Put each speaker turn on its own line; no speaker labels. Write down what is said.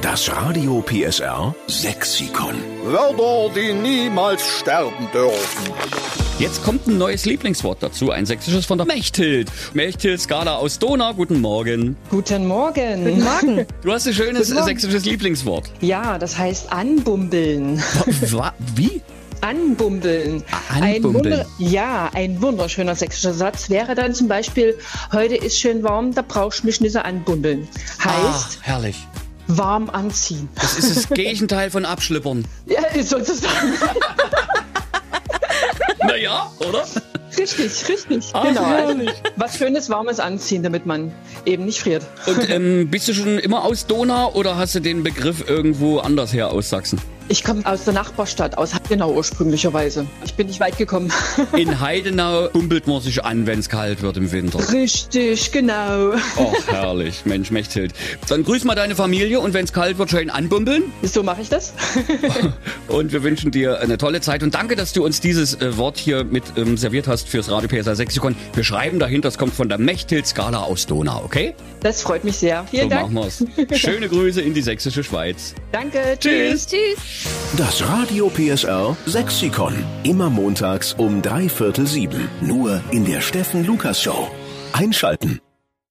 Das Radio PSR Sexikon.
Wörter, die niemals sterben dürfen.
Jetzt kommt ein neues Lieblingswort dazu, ein sächsisches von der Mechthild. Mechthild Skala aus Donau, guten Morgen.
Guten Morgen. Guten Morgen.
Du hast ein schönes sächsisches Lieblingswort.
Ja, das heißt anbumbeln.
Wa- Wie?
Anbumbeln.
Ah, anbumbeln.
Ein wunder- ja, ein wunderschöner sächsischer Satz wäre dann zum Beispiel, heute ist schön warm, da brauchst du mich nicht so anbumbeln. Heißt,
Ah, herrlich.
warm anziehen.
Das ist das Gegenteil von Abschlippern.
Ja, ist sozusagen.
Naja, oder?
Richtig, richtig.
Ach,
genau.
herrlich.
Was schönes, warmes anziehen, damit man eben nicht friert.
Und ähm, bist du schon immer aus Donau oder hast du den Begriff irgendwo anders her aus Sachsen?
Ich komme aus der Nachbarstadt, aus Heidenau ursprünglicherweise. Ich bin nicht weit gekommen.
In Heidenau humpelt man sich an, wenn es kalt wird im Winter.
Richtig, genau.
Och, herrlich. Mensch, Mechthild. Dann grüß mal deine Familie und wenn es kalt wird, schön anbumbeln.
So mache ich das.
Und wir wünschen dir eine tolle Zeit und danke, dass du uns dieses äh, Wort hier mit ähm, serviert hast fürs Radio PSA Sexikon. Wir schreiben dahinter, es kommt von der Mechthild Skala aus Donau, okay?
Das freut mich sehr. Vielen
so
Dank.
machen wir's. Schöne Grüße in die sächsische Schweiz.
Danke. Tschüss.
Das Radio PSR Sexikon. Immer montags um drei Viertel sieben. Nur in der Steffen Lukas Show. Einschalten.